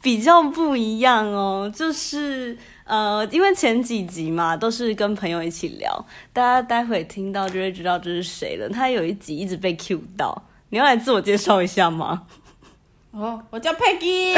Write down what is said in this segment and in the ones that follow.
比较不一样哦，就是呃，因为前几集嘛都是跟朋友一起聊，大家待会听到就会知道这是谁了。他有一集一直被 Q 到，你要来自我介绍一下吗？哦，我叫 Peggy。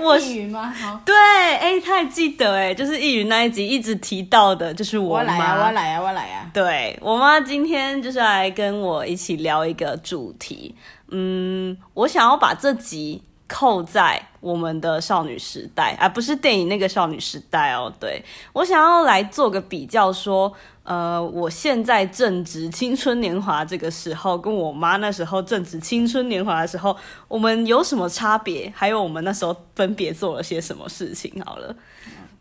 我是英语吗？好，对，哎，他还记得哎，就是一语那一集一直提到的，就是我妈。我来啊，我来啊，我来啊。对我妈今天就是来跟我一起聊一个主题，嗯，我想要把这集扣在我们的少女时代，啊，不是电影那个少女时代哦，对我想要来做个比较说，呃，我现在正值青春年华这个时候，跟我妈那时候正值青春年华的时候，我们有什么差别？还有我们那时候分别做了些什么事情？好了，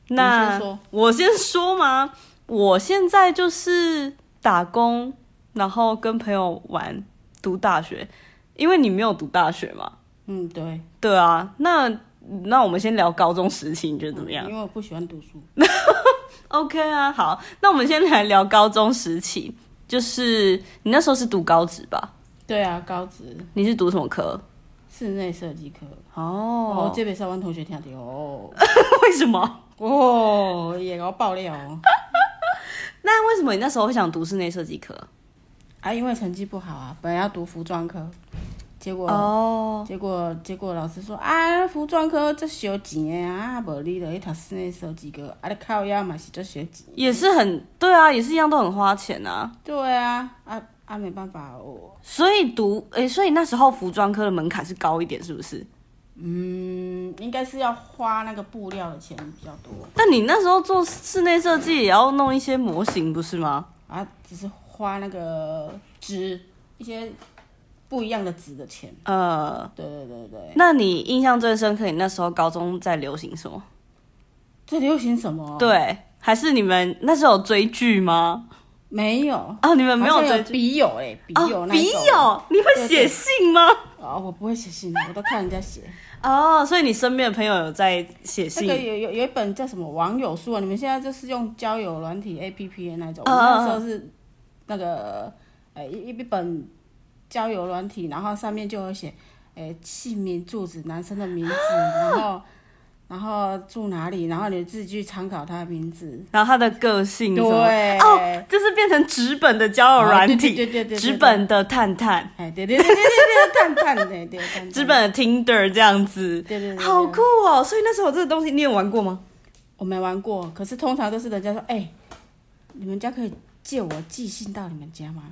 那你先说我先说吗？我现在就是打工，然后跟朋友玩，读大学，因为你没有读大学嘛。嗯，对，对啊，那那我们先聊高中时期，你觉得怎么样因？为我不喜欢读书。 OK 啊，好，那我们先来聊高中时期，就是你那时候是读高职吧？对啊，高职你是读什么科？室内设计科。哦，哦， 这边上班同学听到哦，为什么？ 哦，也给我爆料哦。那为什么你那时候会想读室内设计科？啊，因为成绩不好啊，本来要读服装科，结果。哦，结果，结果老师说啊，服装科这小钱的啊，啊无你就去读室内设计科，啊你靠腰嘛是这小钱。也是很对啊，也是一样都很花钱啊。对啊，啊啊没办法，我所以读诶、所以那时候服装科的门槛是高一点，是不是？嗯，应该是要花那个布料的钱比较多但你那时候做室内设计也要弄一些模型，不是吗？啊，只是花那个纸一些不一样的纸的钱。呃，对对对对，那你印象最深刻，你那时候高中在流行什么？这流行什么？，对，还是你们那时候有追剧吗？没有，哦，你们没好像追有剧笔友哎，笔友哦那笔种友，你会写信吗？啊，我不会写信，我都看人家写。哦，所以你身边的朋友有在写那信个？有有有一本叫什么网友书啊，你们现在就是用交友软体 A P P 的那种，嗯我那时候是那个呃一一本交友软体，然后上面就有写呃姓名、住址、男生的名 字，然后然后住哪里，然后你自己去参考他的名字。然后他的个性什么？对哦，就是变成纸本的交友软哦对对体，对对对对，纸本的探探，哎对对对对对对， 探探对对探探纸本的 Tinder 这样子，对对对对好酷哦！所以那时候有这个东西你有玩过吗？我没玩过，可是通常都是人家说哎、你们家可以借我寄信到你们家吗？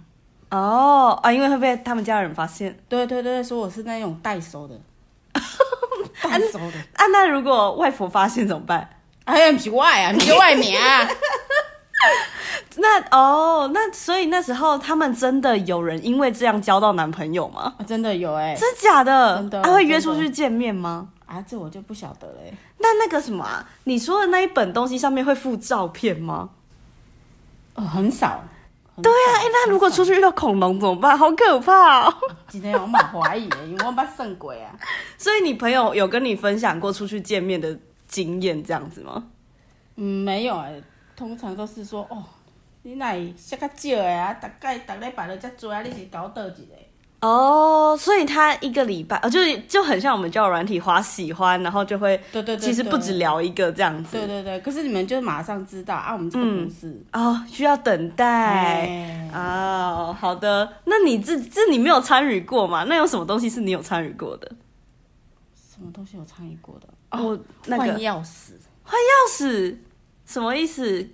哦啊，因为会被他们家人发现对对对，说我是那种代 收的，代收的。啊。那如果外婆发现怎么办？哎呀，不是我啊，不是我的名啊。 那哦，那所以那时候他们真的有人因为这样交到男朋友吗？啊真的有哎、真假的？真的他、会约真出的去见面吗？啊，这我就不晓得了、欸。那那个什么、啊，你说的那一本东西上面会附照片吗？哦，很少。对啊，哎、那如果出去遇到恐龙怎么办？好可怕哦！今天我蛮怀疑的、因为我捌算过啊。 所以你朋友有跟你分享过出去见面的经验这样子吗？嗯，没有哎、通常都是说哦，你哪会写较少的啊？大概逐礼拜都遮多啊，你是搞倒一个？哦，所以他一个礼拜，呃，就是就很像我们交友软体划喜欢，然后就会，对对对其实不止。聊一个这样对子。对对对，可是你们就马上知道啊，我们这个不是。哦，需要等待。哎哦，好的，那你自这你没有参与过嘛？那有什么东西是你有参与过的？什么东西有参与过的？哦，那个换钥匙，钥匙什么意思？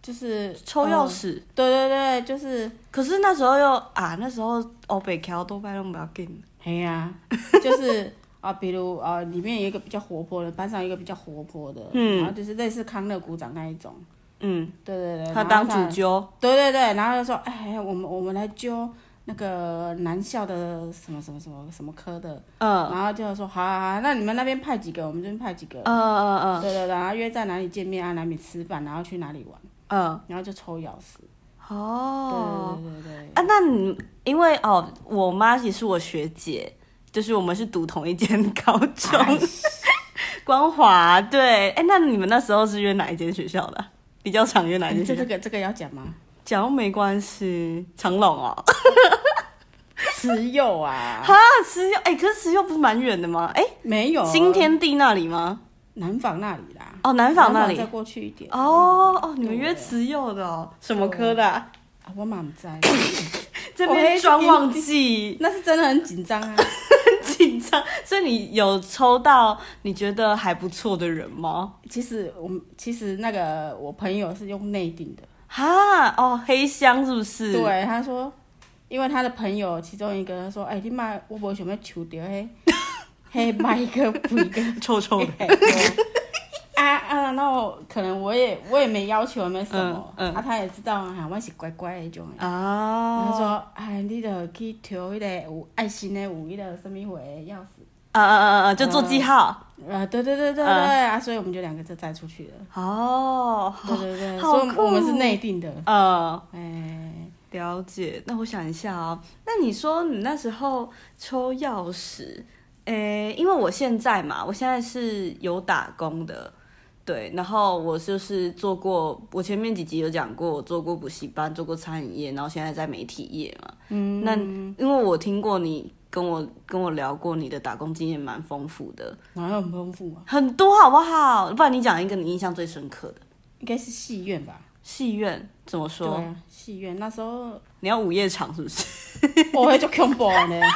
就是抽钥匙。匙？对对对，就是，可是那时候又啊，那时候欧北桥多半都不要紧。嘿 呀、就是啊，比如啊，里面有一个比较活泼的，班上有一个比较活泼的，嗯然后就是类似康乐鼓掌那一种，嗯，对对对，他然后当主，揪，对对对，然后就说，哎，我们我们来揪那个男校的什么什么什么什么科的，嗯然后就说好啊好好，那你们那边派几个，我们这边派几个，嗯嗯嗯对对对，然后约在哪里见面啊，哪里吃饭，然后去哪里玩，嗯，然后就抽钥匙，哦，对对对对对，啊，那你因为哦，我妈也是我学姐，就是我们是读同一间高中，哎 光华对。哎，那你们那时候是约哪一间学校的啊？比较常约哪一哎间这学校这？个这个要讲吗？讲又没关系，长隆哦。 持有啊，哈，慈幼哎，可是慈幼不是蛮远的吗？哎，没有，新天地那里吗？南纺那里啦，哦，南纺那里再。过去一点哦哦，你们约慈幼的哦，什么科的啊？啊我满在，这边装忘记， 那是真的很紧张啊，很紧张。所以你有抽到你觉得还不错的人吗？其实我们其实那个我朋友是用内定的。哈哦，黑箱是不是？，对，他说，因为他的朋友其中一个他说，哎、你妈，我无想要求到 迄，迄买一个补一个，臭臭的。嘿对 啊啊，然后可能我也我也没要求，没什么，嗯嗯啊，他也知道啊，我是乖乖的那种的。啊，他说：“哎，你得去抽迄个有爱心的，有迄个什么回的钥匙。啊啊啊啊，就做记号。啊，对对对对对、嗯啊，所以我们就两个就带出去了。哦，对对对，好所以酷我们是内定的。呃，哎、了解。那我想一下啊、那你说你那时候抽钥匙，诶，因为我现在嘛，我现在是有打工的，对，然后我就是做过，我前面几集有讲过，我做过补习班，做过餐饮业，然后现在在媒体业嘛。嗯，那因为我听过你跟我跟我聊过，你的打工经验蛮丰富的，然后很丰富啊，很多好不好？不然你讲一个你印象最深刻的应该是戏院吧？戏院怎么对说？啊，戏院那时候你要午夜场是不是？我会就恐怖的呢。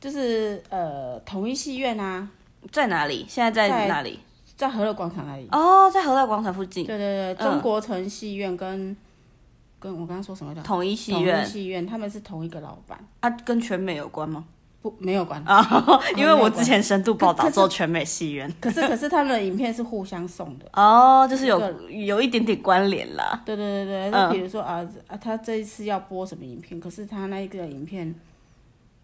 就是呃，统一戏院啊，在哪里？现在在在哪里？在和乐广场那里。哦，在和乐广场附对近，对对，嗯中国城戏院跟、跟我刚刚说什么的统一戏院戏院，他们是同一个老板，啊，跟全美有关吗？ 不没有关。啊，因为我之前深度报可道是做全美戏院，可是可是他们的影片是互相送的。哦，就是有这有一点点关联啦。对对对对，嗯就比如说啊啊，他这一次要播什么影片，可是他那一个影片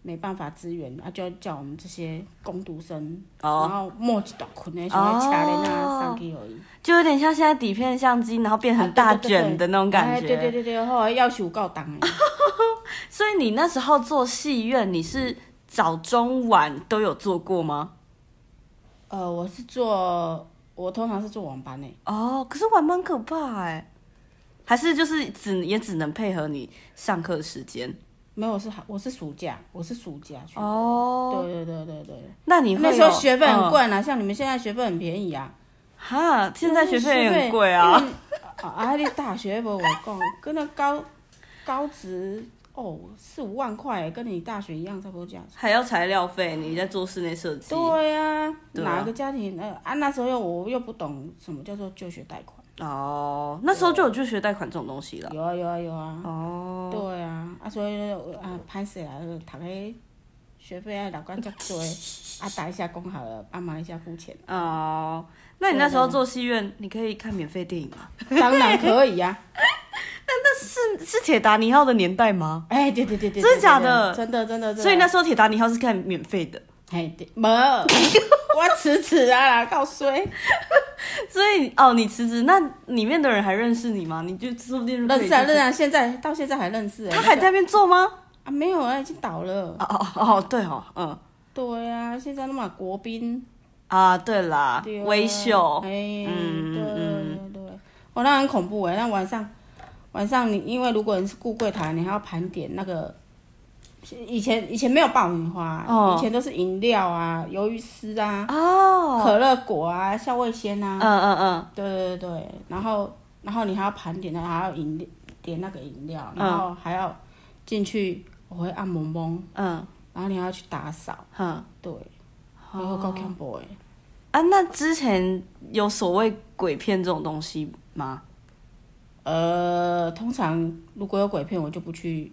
没办法支援，啊，就要叫我们这些工读生，然哦，后默契倒困的，想要掐人啊，上去而已。就有点像现在底片相机，然后变成大卷的那种感哎对对觉。对对，后来要求告档哎，所以你那时候做戏院，你是早中晚都有做过吗？呃，我是做，我通常是做晚班哎，哦，可是晚蛮可怕哎，还是就是只也只能配合你上课的时间没有，我是寒我是暑假，我是暑假去。哦。对对对对对，那你会那时候有学费很嗯贵啊，像你们现在学费很便宜啊。哈，现在学费也但是很贵啊。因为啊啊！你大学无我讲，跟那高高职哦四五万块，欸跟你大学一样差不多价钱。还要材料费，你在做室内设计对呀、啊，对啊哪个家庭呃啊？那时候又我又不懂什么叫做就学贷款，哦，那时候就有助学贷款这种东西了。有啊有啊有啊。哦，对啊，啊所以我啊歹势啦，读个学费啊留到遮多，啊打一下工好了，啊妈一下付钱，哦，那你那时候做戏院，你可以看免费电影吗？当然可以啊。 是是铁达尼号的年代吗？哎、对对对对，真的假对对的对真的真的真的。啊所以那时候铁达尼号是看免费的，哎对，没， 我迟迟啊啦，告衰， 所以哦，你辞职，那里面的人还认识你吗？你就说不定认识啊认识识，啊，现在到现在还认识、欸。他还在那边做吗？啊没有啊，已经倒了。哦哦哦，对哦，嗯对啊，现在那么国宾，啊，对啦对，啊微秀哎、，嗯对对对对，哦那很恐怖哎、那晚上。晚上你因为如果你是顾柜台，你还要盘点那个，以前以前没有爆米花，哦以前都是饮料啊、鱿鱼丝啊、哦，可乐果啊、校味鲜啊，嗯嗯嗯，对对对对，然后然后你还要盘点，然后还要饮料点那个饮料，嗯然后还要进去，我会按蒙蒙，嗯然后你还要去打扫，哼，对，然后高 c a boy，啊，那之前有所谓鬼片这种东西吗？呃，通常如果有鬼片，我就不去，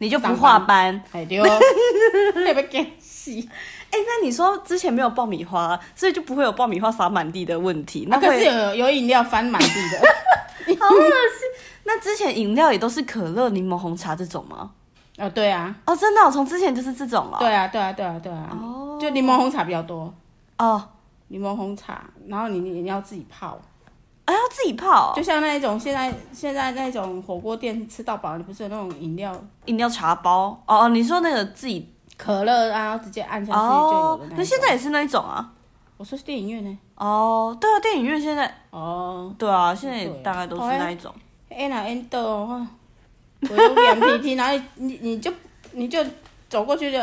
你就不画上班？哎丢， 特别干戏。哎、那你说之前没有爆米花，所以就不会有爆米花洒满地的问题。那那啊可是会、有有饮料翻满地的， 那之前饮料也都是可乐、柠檬红茶这种吗？哦，对啊，哦，真的哦、从之前就是这种哦了。对啊，对啊，对啊，对啊，哦就柠檬红茶比较多，哦，柠檬红茶，然后你你你要自己泡，啊，要自己泡哦就像那一种现在现在那种火锅店吃到饱，你不是有那种饮料饮料茶包。哦，哦你说那个自己可乐啊，直接按下去就有哦的，那那一种现。在也是那一种啊。我说是电影院呢。哦，对啊，电影院现在哦，对啊，现在也对大概都是好像那一种。哎那 N 豆哦，我有脸皮皮，然后你你就你就走过去就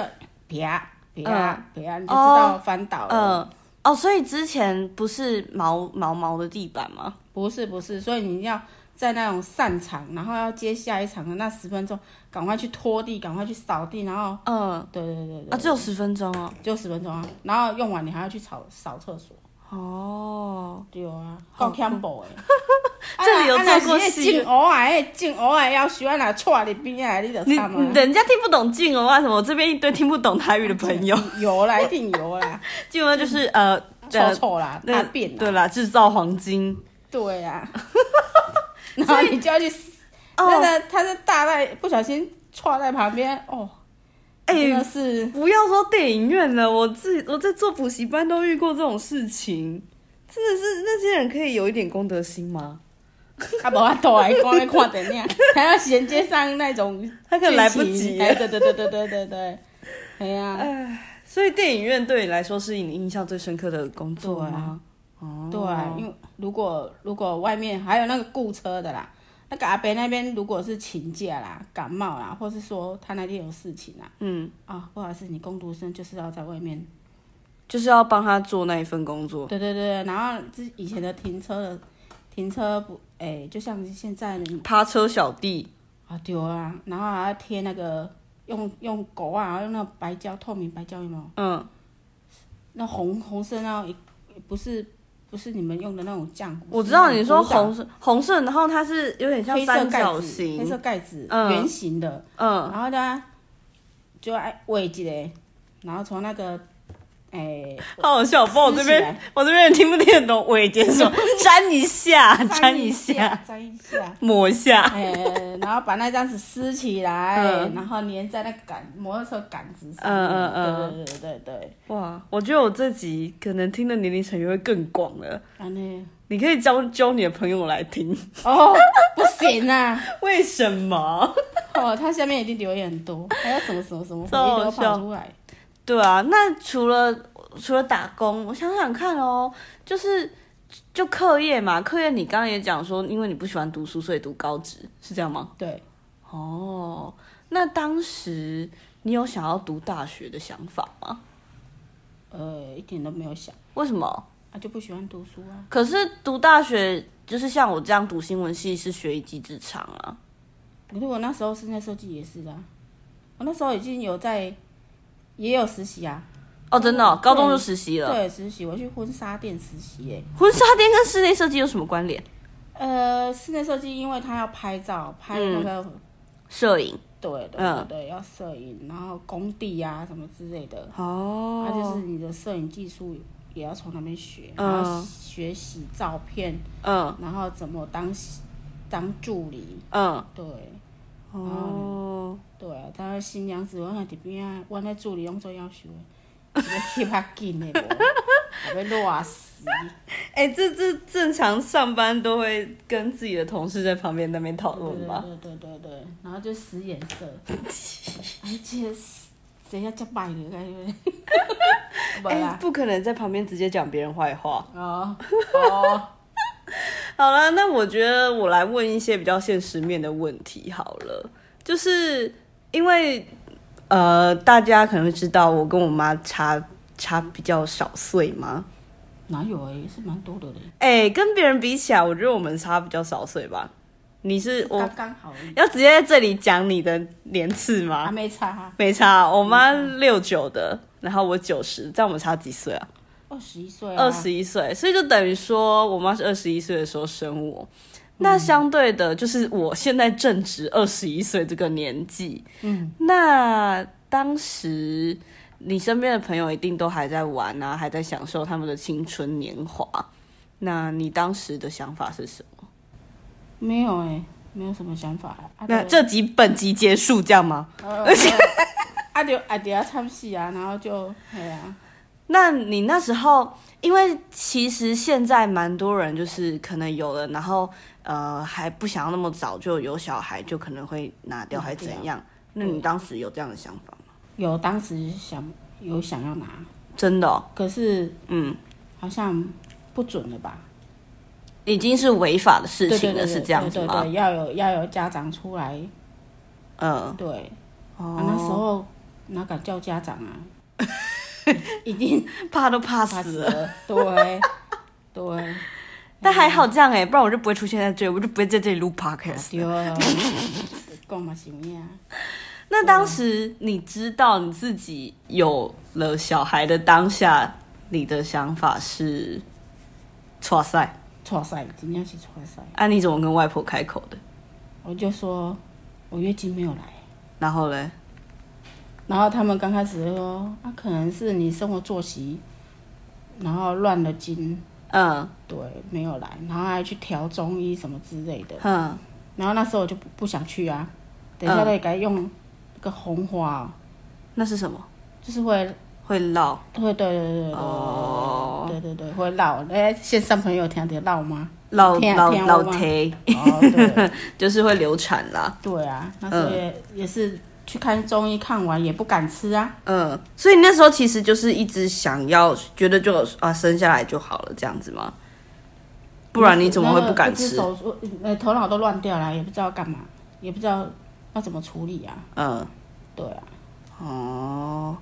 啪啪啪，你就知道翻倒了。嗯，哦，所以之前不是毛毛毛的地板吗？不是不是，所以你要在那种散场，然后要接下一场的那十分钟，赶快去拖地，赶快去扫地，然后嗯，对对对啊，对，只有十分钟哦。就十分钟啊，然后用完你还要去扫扫厕所。哦，对啊，够恐怖的。这里有做过那实进验偶尔，那进偶尔要喜欢来踹你边啊，你就你惨啊！人家听不懂静文啊，什么？我这边一堆听不懂台语的朋 友，有啦，一定有啦，静文就是呃，臭呃臭啦，那大便啦，对啦，制造黄金。对啊，然后你就要去，那哦，个他是大在不小心踹在旁边，哦，哎真的是不要说电影院了，我自我在做补习班都遇过这种事情，真的是那些人可以有一点公德心吗？他把我头来光在看电影，还要衔接上那种，他可能来不及哎，对对对对对对对，哎呀，唉，所以电影院对你来说是你印象最深刻的工作吗？哦对啊，因为如果如果外面还有那个雇车的啦，那个阿伯那边如果是请假啦、感冒啦，或是说他那天有事情啦，嗯，啊，不好意思，你工读生就是要在外面。就是要帮他做那一份工作。对对对，然后之以前的停车的停车不，哎、就像现在的趴车小弟，啊丢啊，然后还要贴那个用用狗啊，用那种白胶透明白胶有没有？嗯，那红红色那一不是不是你们用的那种浆糊，我知是那道种你说鼓掌红色红色，然后它是有点像黑色三盖角子，黑色形，盖子，嗯圆形的，嗯，然后呢，就爱喂一个，然后从那个，哎、好好笑，不过我这边我这边也听不听得懂尾节 什么，粘一下， 粘一下，，粘一下，抹一下，哎、然后把那张纸撕起来，嗯然后粘在那个杆摩托车杆子上，嗯嗯嗯对对对对对，哇，我觉得我这集可能听的年龄层也会更广了。安尼，你可以教教你的朋友来听， 哦，不行啊，为什么？哦，他下面一定留言很多，还有什么什么什么回忆都超好跑笑出来，对啊，那除了除了打工，我想想看哦，就是就课业嘛，课业你刚刚也讲说，因为你不喜欢读书，所以读高职，是这样吗？对，哦，那当时你有想要读大学的想法吗？呃，一点都没有想，为什么？啊，就不喜欢读书啊，可是读大学就是像我这样读新闻系是学一技之长啊。可是我那时候室内设计也是啊，我那时候已经有在，也有实习啊，哦，真的哦、高中就实习了。对，实习我去婚纱店实习诶、婚纱店跟室内设计有什么关联？呃，室内设计因为他要拍照，拍那个、摄影。对对对嗯对，要摄影，然后工地啊什么之类的，哦他、就是你的摄影技术也要从那边学，嗯然后学习照片，嗯然后怎么当当助理，嗯对哦，对啊，当然新娘子我那伫边啊，我那助理拢做要求 的，直接翕较紧的无， 我要热死。哎、这这正常上班都会跟自己的同事在旁边那边讨论吧？对对对对对，然后就使眼色， 而且谁要叫拜的，该不对？ 不哎、啦，不可能在旁边直接讲别人坏话。哦哦，好了，那我觉得我来问一些比较现实面的问题好了，就是因为呃，大家可能会知道我跟我妈差差比较少岁嘛，哪有哎、是蛮多的嘞，哎、跟别人比起来，我觉得我们差比较少岁吧。你是我刚刚好而已，要直接在这里讲你的年次还吗？没差、啊，没差，我妈六九的，然后我九十，这样我们差几岁啊？二十一岁啊，二十一岁，所以就等于说我妈是二十一岁的时候生我。嗯那相对的，就是我现在正值二十一岁这个年纪。嗯，那当时你身边的朋友一定都还在玩啊，还在享受他们的青春年华。那你当时的想法是什么？没有哎、没有什么想法啊。啊那就这集本集结束这样吗？ 呃我就啊就啊底下唱戏啊，然后就哎呀、那你那时候，因为其实现在蛮多人就是可能有了，然后呃还不想要那么早就有小孩，就可能会拿掉还是怎啊样？那你当时有这样的想法吗？有当时想有想要拿，真的、哦，可是嗯，好像不准了吧？已经是违法的事对情对了，对，是这样子对对吗？对，要有要有家长出来，嗯，对，啊那时哦，候哪敢叫家长 啊？已经怕都怕怕死死了。了， 对对，但还好这样哎、不然我就不会出现在这里，我就不会在这里录 podcast。对，讲嘛是有影。那当时你知道你自己有了小孩的当下，你的想法是，哇塞！错赛，真正是错赛。啊，你怎么跟外婆开口的？我就说，我月经没有来。然后嘞，然后他们刚开始就说，啊，可能是你生活作息，然后乱了经，嗯对，没有来，然后还去调中医什么之类的。哼，然后那时候我就不不想去啊，等一下嗯再给他用那个红花哦、那是什么？就是会会绕会对对对对对哦对对对会绕，哎，线上朋友听得绕吗？绕听绕听绕啊我吗胎，哦，对就是会流产啦。对啊，那时候也、也是去看中医，看完也不敢吃啊。嗯，所以你那时候其实就是一直想要，觉得就啊生下来就好了这样子吗？不然你怎么会不敢那个一只吃？手术呃头脑都乱掉了，也不知道干嘛，也不知道要怎么处理啊。嗯，对啊，哦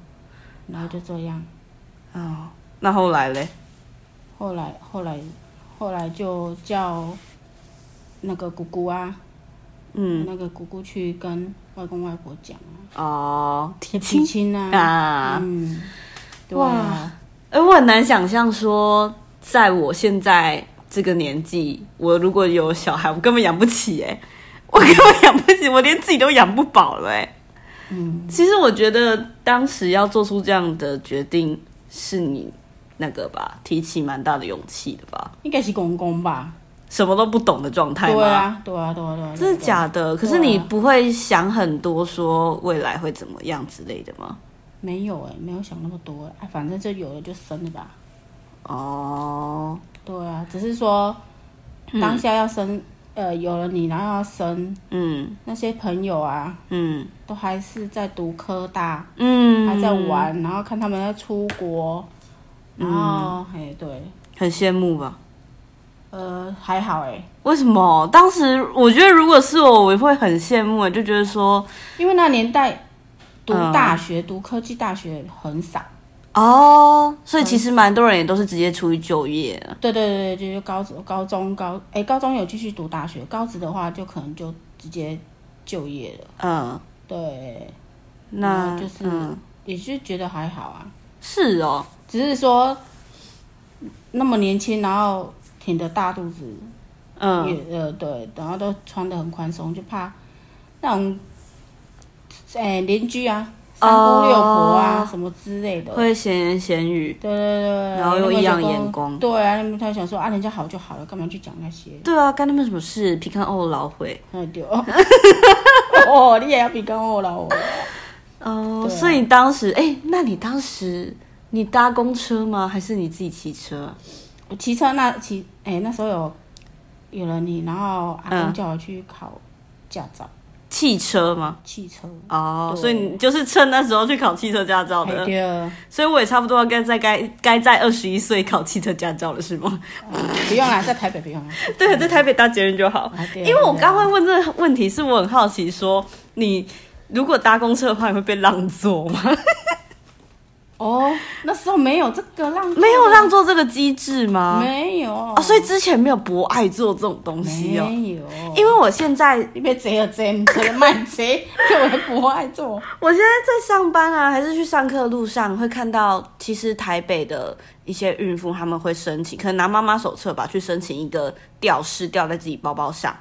然后就这样，哦，那后来嘞？后来后来后来就叫那个姑姑啊，嗯，那个姑姑去跟外公外婆讲啊，哦，提提亲亲啊，啊！嗯，对啊，哎、我很难想象说，在我现在这个年纪，我如果有小孩，我根本养不起 哎、我根本养不起，我连自己都养不饱了哎、嗯，其实我觉得当时要做出这样的决定，是你那个吧，提起蛮大的勇气的吧，应该是公公吧？什么都不懂的状态对吗？啊，对啊，对啊，对啊，真的对啊？假的？可是你不会想很多，说未来会怎么样之类的吗？没有哎，没有想那么多哎，反正就有了就生了吧。哦，对啊，只是说当下要生，呃，有了你，然后要生嗯那些朋友啊，嗯都还是在读科大，嗯，还在，玩，然后看他们在出国，然后哎、对，很羡慕吧？呃，还好哎、为什么？当时我觉得如果是我，我会很羡慕，啊就觉得说，因为那年代读嗯大学、读科技大学很少，哦，所以其实蛮多人也都是直接出去就业了。对对对对，就是高职、高中、高哎、高中有继续读大学，高职的话就可能就直接就业了，嗯，对，那嗯就是嗯、也是觉得还好啊。是哦，只是说那么年轻，然后挺着大肚子，嗯，也呃对，然后都穿的很宽松，就怕那种哎邻居啊、三姑六婆啊、哦什么之类的，对会闲言闲语，对对，然后又那个异样就眼光对啊，那么他想说啊，人家好就好了，干嘛去讲那些？对啊，干他们什么事？皮看哦，老会那丢 哦，你也要比跟我老哦，哦，啊所以当时，哎、那你当时你搭公车吗？还是你自己骑车啊？我骑车那骑哎、那时候有有了你，然后阿嗯公叫我去考驾照，汽车吗？汽车。哦，对所以你就是趁那时候去考汽车驾照哎的，对，呃所以我也差不多要该在该该在二十一岁考汽车驾照了，是吗？ 不用啦，在台北不用啦。对，在台北搭捷运就好。啊对啊因为我刚会问这个问题，是我很好奇说，你如果搭公车的话，你会被让座吗？ 哦，那时候没有这个让，没有让座这个机制吗？没有啊啊，所以之前没有博爱座这种东西哦。没有，因为我现在你别贼啊贼，你贼卖 贼，就我不爱做。我现在在上班啊，还是去上课的路上会看到，其实台北的一些孕妇他们会申请，可能拿妈妈手册吧，去申请一个吊饰吊在自己包包上。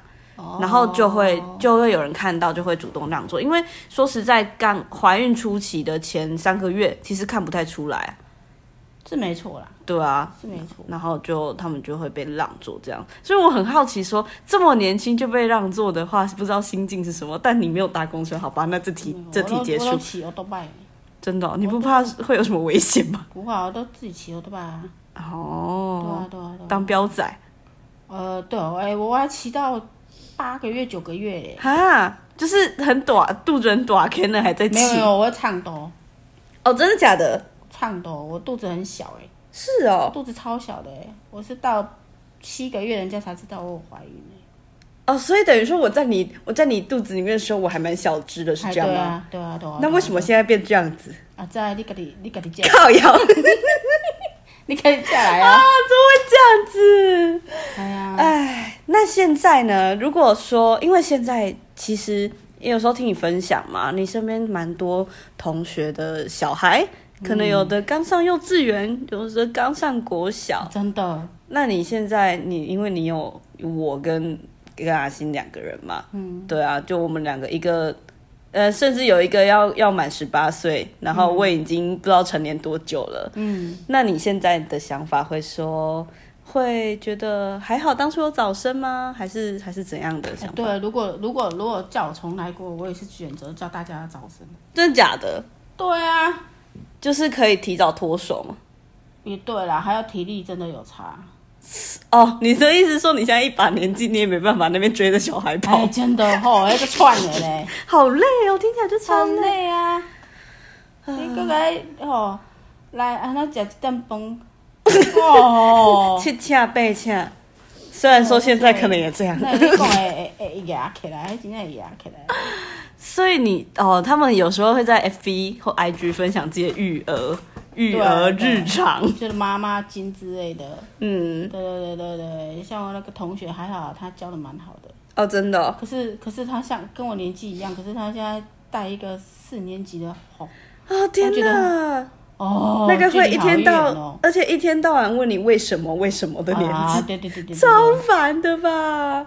然后就会就会有人看到，就会主动让座。因为说实在，刚怀孕初期的前三个月，其实看不太出来啊，是没错啦，对啊，是没错。然后就他们就会被让座这样，所以我很好奇说，这么年轻就被让座的话，不知道心境是什么。但你没有搭公车，好吧？那这题这题结我都束，骑欧多拜，真的哦、你不怕会有什么危险吗？不怕，我都自己骑欧多拜啊。哦，对啊，对啊，对啊。当彪仔呃，对哦，哎、我还骑到八个月、九个月嘞。哈，就是很短，肚子很短，可能还在没有没骑。有，我会颤抖，哦，真的假的？颤抖，我肚子很小哎、是哦，肚子超小的哎、我是到七个月人家才知道我有怀孕哎、哦，所以等于说我在你我在你肚子里面的时候，我还蛮小只的，是哎这样对吗？啊，对啊，对啊。那为什么现在变这样子？对啊？啊，在你个你你个你讲，靠腰 啊，怎么 你可以下来啊。会这样子？哎呀，哎，那现在呢？如果说，因为现在其实也有时候听你分享嘛，你身边蛮多同学的小孩，可能有的刚上幼稚园，有的刚上国小。真的，那你现在你因为你有我跟跟阿星两个人嘛，嗯，对啊，就我们两个一个。呃，甚至有一个要要满十八岁，然后我已经不知道成年多久了，嗯，那你现在的想法会说，会觉得还好当初有早生吗？还是还是怎样的想哎法？对，如果如果如果叫我重来过，我也是选择叫大家早生。真的假的？对啊，就是可以提早脱手吗？也对啦，还有体力真的有差。哦，你的意思是说你现在一把年纪，你也没办法那边追着小孩跑，哎，真的吼，那个串的 嘞，哦好累哦，听起来就超超累。累啊！你搁来吼，来安尼食一顿 饭， 哦，切恰背恰，虽然说现在可能也这样，那你讲会会会压起来，真的会压起 来。 所以你哦，他们有时候会在 FB 或 IG 分享自己的育儿、育儿对日常，就是妈妈经之类的，嗯对，对对对对，像我那个同学还好，他教的蛮好的。哦，真的哦、可是可是他像跟我年纪一样，可是他现在带一个四年级的吼，哦，天我觉哪！哦，那个距会离一好天到，远哦而且一天到晚问你为什么为什么的年啊，纪，对对对 对，对超烦的吧？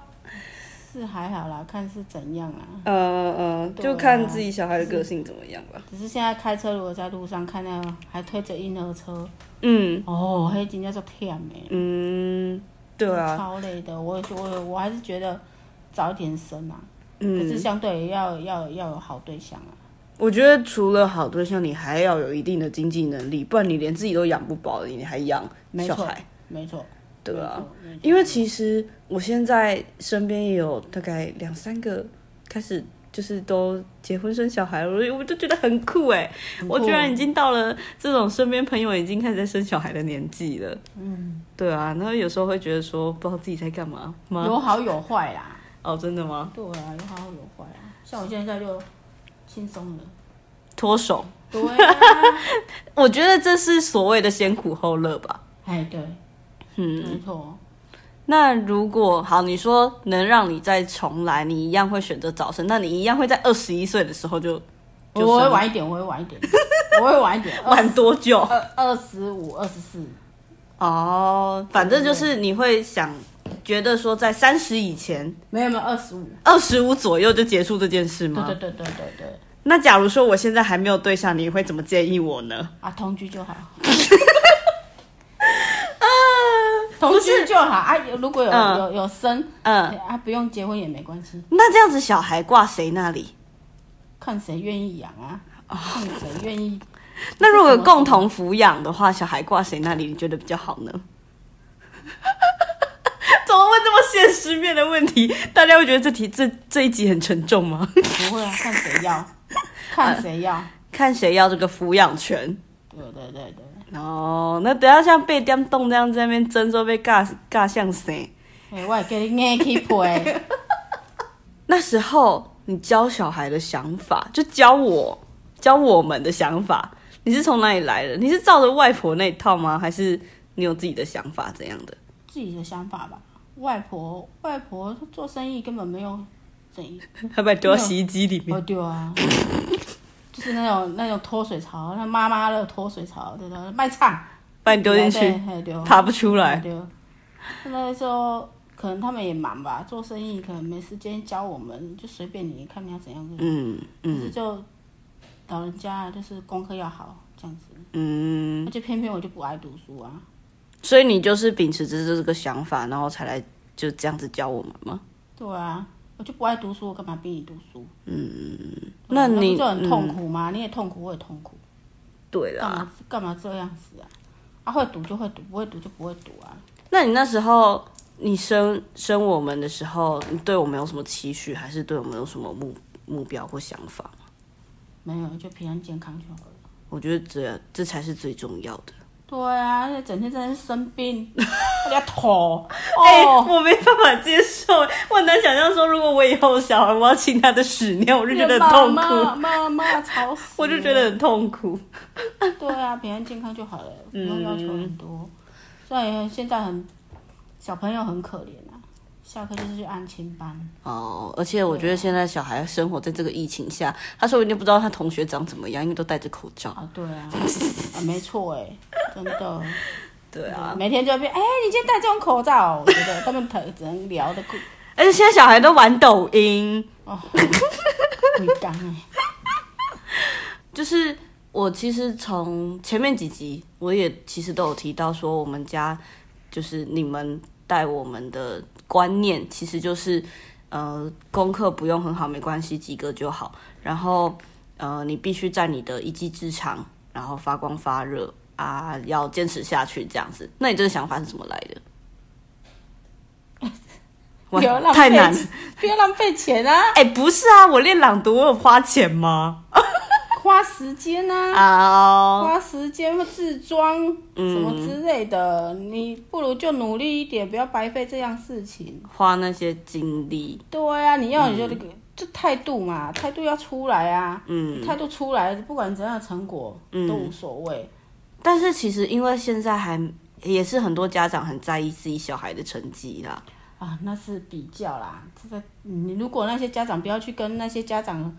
是还好啦，看是怎样啊。嗯嗯，对啊就看自己小孩的个性怎么样吧。只是现在开车，如果在路上看到还推着婴儿车，嗯哦，黑真叫做忝的，嗯，对啊，超累的。我我我还是觉得早一点生啊，可是嗯，相对要要要有好对象啊。我觉得除了好对象，你还要有一定的经济能力，不然你连自己都养不饱了，你还养没小错孩，没错，对啊。没错，没错因为其实我现在身边也有大概两三个开始就是都结婚生小孩了，我我就觉得很酷哎、很酷我居然已经到了这种身边朋友已经开始在生小孩的年纪了。嗯，对啊，然后有时候会觉得说不知道自己在干嘛吗？有好有坏啦。哦，真的吗？对啊，有好有坏啊。像我现在就轻松 了。脱手，对啊，我觉得这是所谓的先苦后乐吧。哎对，嗯，没错。那如果好，你说能让你再重来，你一样会选择早生，那你一样会在二十一岁的时候就就我会生晚一点，我会晚一点，我会啊 晚一点，二晚多久？二二十五、二十四。哦，反正就是你会想觉得说，在三十以前，没有没有二十五，二十五左右就结束这件事对吗？对对对对对，那假如说我现在还没有对象，你会怎么建议我呢？ 啊，同居就好。同居就好啊，有如果有、嗯有有生，嗯，啊，不用结婚也没关系，那这样子小孩挂谁那里？看谁愿意养啊，看谁愿意。那如果有共同抚养的话，小孩挂谁那里？你觉得比较好呢？ 怎么问这么现实面的问题？大家会觉得这题这这一集很沉重吗？ 不会啊，看谁 要，看谁要。看谁要这个抚养权。对对对对，哦，那等一下像被电动这样在那边争说被尬尬像谁？哎、我也给你硬去陪。那时候你教小孩的想法，就教我教我们的想法，你是从哪里来的？你是照着外婆那一套吗？还是你有自己的想法怎样的？ 自己的想法吧。外婆，外婆做生意根本没有怎样。还把你丢到洗衣机里面哦，？对啊，就是那种那种脱水槽，那妈妈的脱水槽，对的，卖唱把你丢进对去，嘿对，爬不出来。对。那时候可能他们也忙吧，做生意可能没时间教我们，就随便你看你要怎样。嗯可是嗯，就老人家就是功课要好，这样子。嗯，而且偏偏我就不爱读书啊，所以你就是秉持着这个想法，然后才来就这样子教我们吗？对啊，我就不爱读书，我干嘛逼你读书？嗯，那你嗯不就很痛苦嗯吗？你也痛苦，我也痛苦，对啊干啦，嘛干嘛这样子啊？啊，会读就会读，不会读就不会读啊。那你那时候你生生我们的时候，你对我们有什么期许，还是对我们有什么目目标或想法？没有，就平安健康就好了。我觉得这这才是最重要的。对啊，而且整天在那生病， 我要吐哦。 哎、我没办法接受，我很难想象说，如果我以后有小孩，我要亲他的屎尿，我就觉得很痛妈妈苦，妈妈吵死了！我就觉得很痛苦。对啊，平安健康就好了，不用要嗯求很多。虽然现在很小朋友很可怜啊，下课就是去安亲班，哦，而且我觉得现在小孩生活在这个疫情下，他说我已经不知道他同学长怎么样，因为都戴着口罩。啊，对啊，啊没错哎、真的，对啊，每天就要变哎、你今天戴这种口罩，我觉得他们只只能聊的 鬼而且现在小孩都玩抖音，鬼刚哎，就是我其实从前面几集我也其实都有提到说，我们家就是你们带我们的观念，其实就是呃功课不用很好没关系，及格就好。然后呃你必须在你的一技之长，然后发光发热啊，要坚持下去这样子。那你这个想法是怎么来 的？不要浪费太难！钱不要浪费钱啊， 哎、不是啊，我练朗读我有花钱 吗？花时间啊。啊、花时间或自装嗯什么之类的，你不如就努力一点，不要白费这样事情。花那些精力，对啊，你要你就那个，嗯就态度嘛，态度要出来啊。嗯，态度出来，不管怎样的成果、嗯都无所谓。但是其实因为现在还也是很多家长很在意自己小孩的成绩啦。啊，那是比较啦。这个你如果那些家长不要去跟那些家长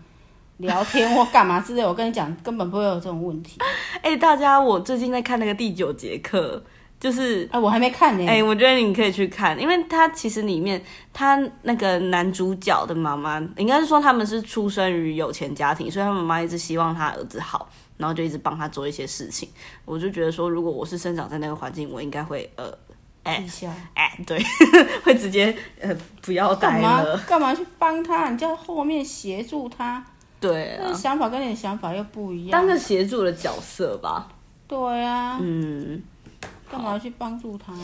聊天或干嘛之类，我跟你讲，根本不会有这种问题。哎、大家，我最近在看那个第九节课，就是哎、我还没看呢、哎、我觉得你可以去看，因为他其实里面他那个男主角的妈妈，应该是说他们是出生于有钱家庭，所以他妈妈一直希望他儿子好，然后就一直帮他做一些事情。我就觉得说，如果我是生长在那个环境，我应该会呃一下。哎、对， 会直接呃不要干待嘛了。干嘛去帮他？你叫后面协助他，对那啊个，想法跟你的想法又不一样。当个协助的角色吧。对啊，嗯，干嘛去帮助他啊？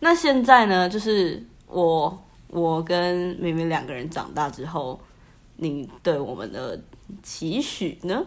那现在呢，就是我我跟明明两个人长大之后，你对我们的期许呢？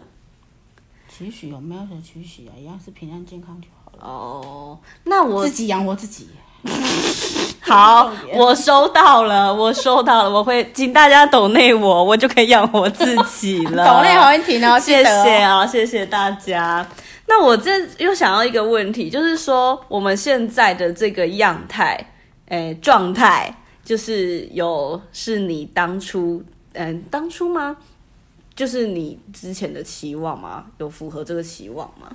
期许有没有什期许啊？一样是平安健康就好了，哦，那我自己养活自己。 好重，点我收到了，我收到了，我会请大家抖内我，我就可以养活自己 了。懂内侯文婷哦，谢记得哦谢。啊，谢谢大家。那我这又想要一个问题，就是说我们现在的这个样态，诶，状态，就是有是你当初，嗯、当初吗？就是你之前的期望吗？有符合这个期望吗？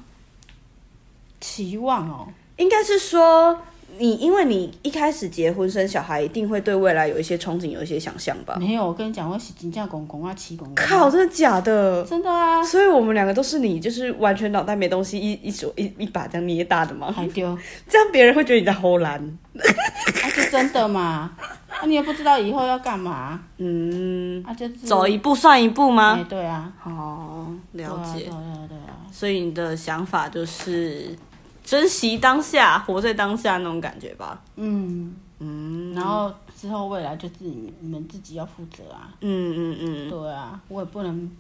期望哦，应该是说你，因为你一开始结婚生小孩，一定会对未来有一些憧憬，有一些想象吧？没有，我跟你讲，我是金价公公啊，七公公。靠，真的假的？真的啊，所以我们两个都是你，就是完全脑袋没东西，一一手一一把这样捏大的嘛，还丢，啊，这样别人会觉得你在偷懒。就真的嘛，啊，你也不知道以后要干嘛， 嗯，啊，就是走一步算一步哎，吗？对啊，哦，了对解。啊，对啊，对啊，所以你的想法就是珍惜当下，活在当下那种感觉吧。嗯嗯，然后之后未来就自己你们自己要负责啊，嗯嗯对啊，我也不能，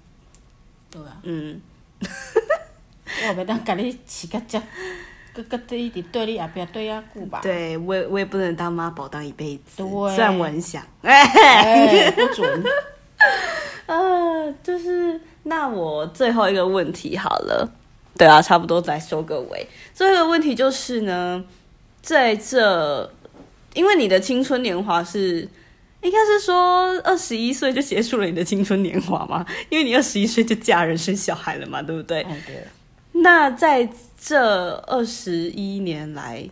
对啊。嗯我袂当甲你饲甲遮，搁搁对一直对你后壁对啊久吧嗯，。对我也我也不能当妈宝当一辈子，对虽然我很想。 哎，不准。呃，就是那我最后一个问题好了，对啊，差不多来收个尾。最后一个问题就是呢，在这，因为你的青春年华是，应该是说二十一岁就结束了你的青春年华嘛， 因为你二十一岁就嫁人生小孩了嘛，对不对？哎对，那在这二十一年来，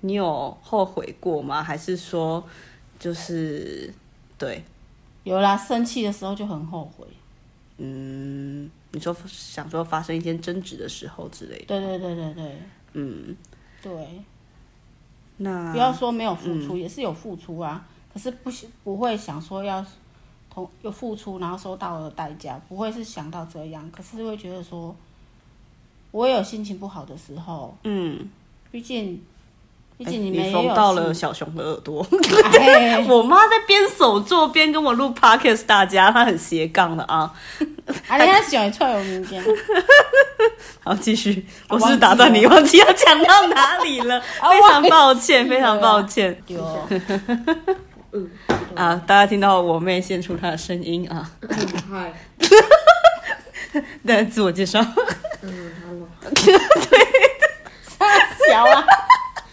你有后悔过吗？还是说，就是对，有啦，生气的时候就很后悔。嗯，你说想说发生一些争执的时候之类的。对对对对对嗯，对，那啊不要说没有付出，嗯也是有付出啊，可是不是不会想说要同有付出，然后收到的代价，不会是想到这样，可是会觉得说，我也有心情不好的时候，嗯，毕竟毕哎竟你们也有缝到了心， 小熊的耳朵。哎我妈在边手做边跟我录 podcast，大家她很斜杠的啊。啊，人家喜欢踹我们 家，好，继续，啊我是打断你，忘记要讲到哪里了， 啊非常抱歉，忘记了非常抱歉有啊！大家听到我妹献出她的声音啊，嗯 嗨，对，自我介绍，嗯，hello，小啊，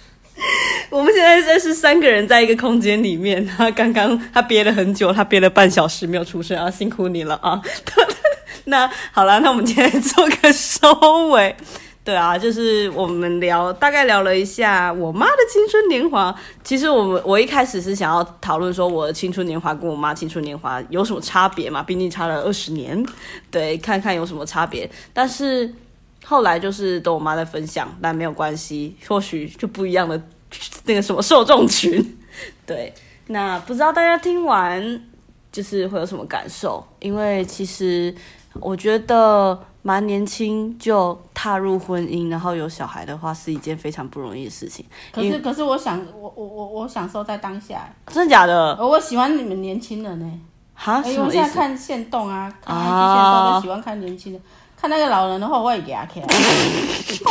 我们现在这是三个人在一个空间里面，她刚刚她憋了很久，她憋了半小时没有出声啊，辛苦你了啊！ 那好了，那我们今天做个收尾。对啊，就是我们聊大概聊了一下我妈的青春年华。其实我们我一开始是想要讨论说我的青春年华跟我妈青春年华有什么差别嘛，毕竟差了二十年，对，看看有什么差别。但是后来就是等我妈在分享，但没有关系，或许就不一样的那个什么受众群。对，那不知道大家听完就是会有什么感受？因为其实我觉得蛮年轻就踏入婚姻，然后有小孩的话，是一件非常不容易的事情。可是可是我想我我我我享受在当下，真的假的？我喜欢你们年轻人呢、哈，哎、啊什我么现意在思？看现动啊，看 IG 现动啊都喜欢看年轻的，看那个老人的话我也牙 起来。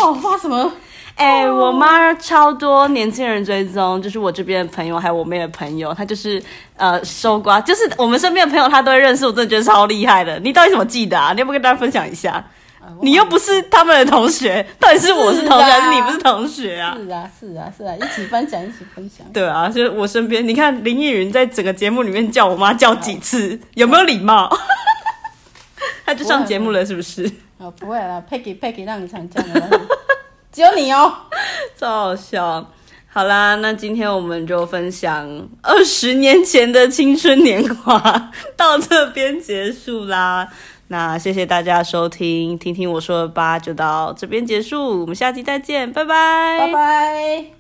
哦，发什么？哎、我妈超多年轻人追踪，就是我这边的朋友，还有我妹的朋友，她就是呃搜刮，就是我们身边的朋友，她都会认识，我真的觉得超厉害的。你到底怎么记得啊？你要不要跟大家分享一下？呃你又不是他们的同学，到底是我是同学是还啊是你不是同学啊？是啊，是啊，是啊，一起分享，一起分享。对啊，就是我身边，你看林依云在整个节目里面叫我妈叫几次，有没有礼貌？ 她就上节目了，是不是？哦，不会啦，Peggy Peggy 让你常见 的，只有你哦。超好笑。好啦，那今天我们就分享二十年前的青春年华到这边结束啦。那谢谢大家收听，听听我说的吧，就到这边结束，我们下期再见，拜拜，拜拜。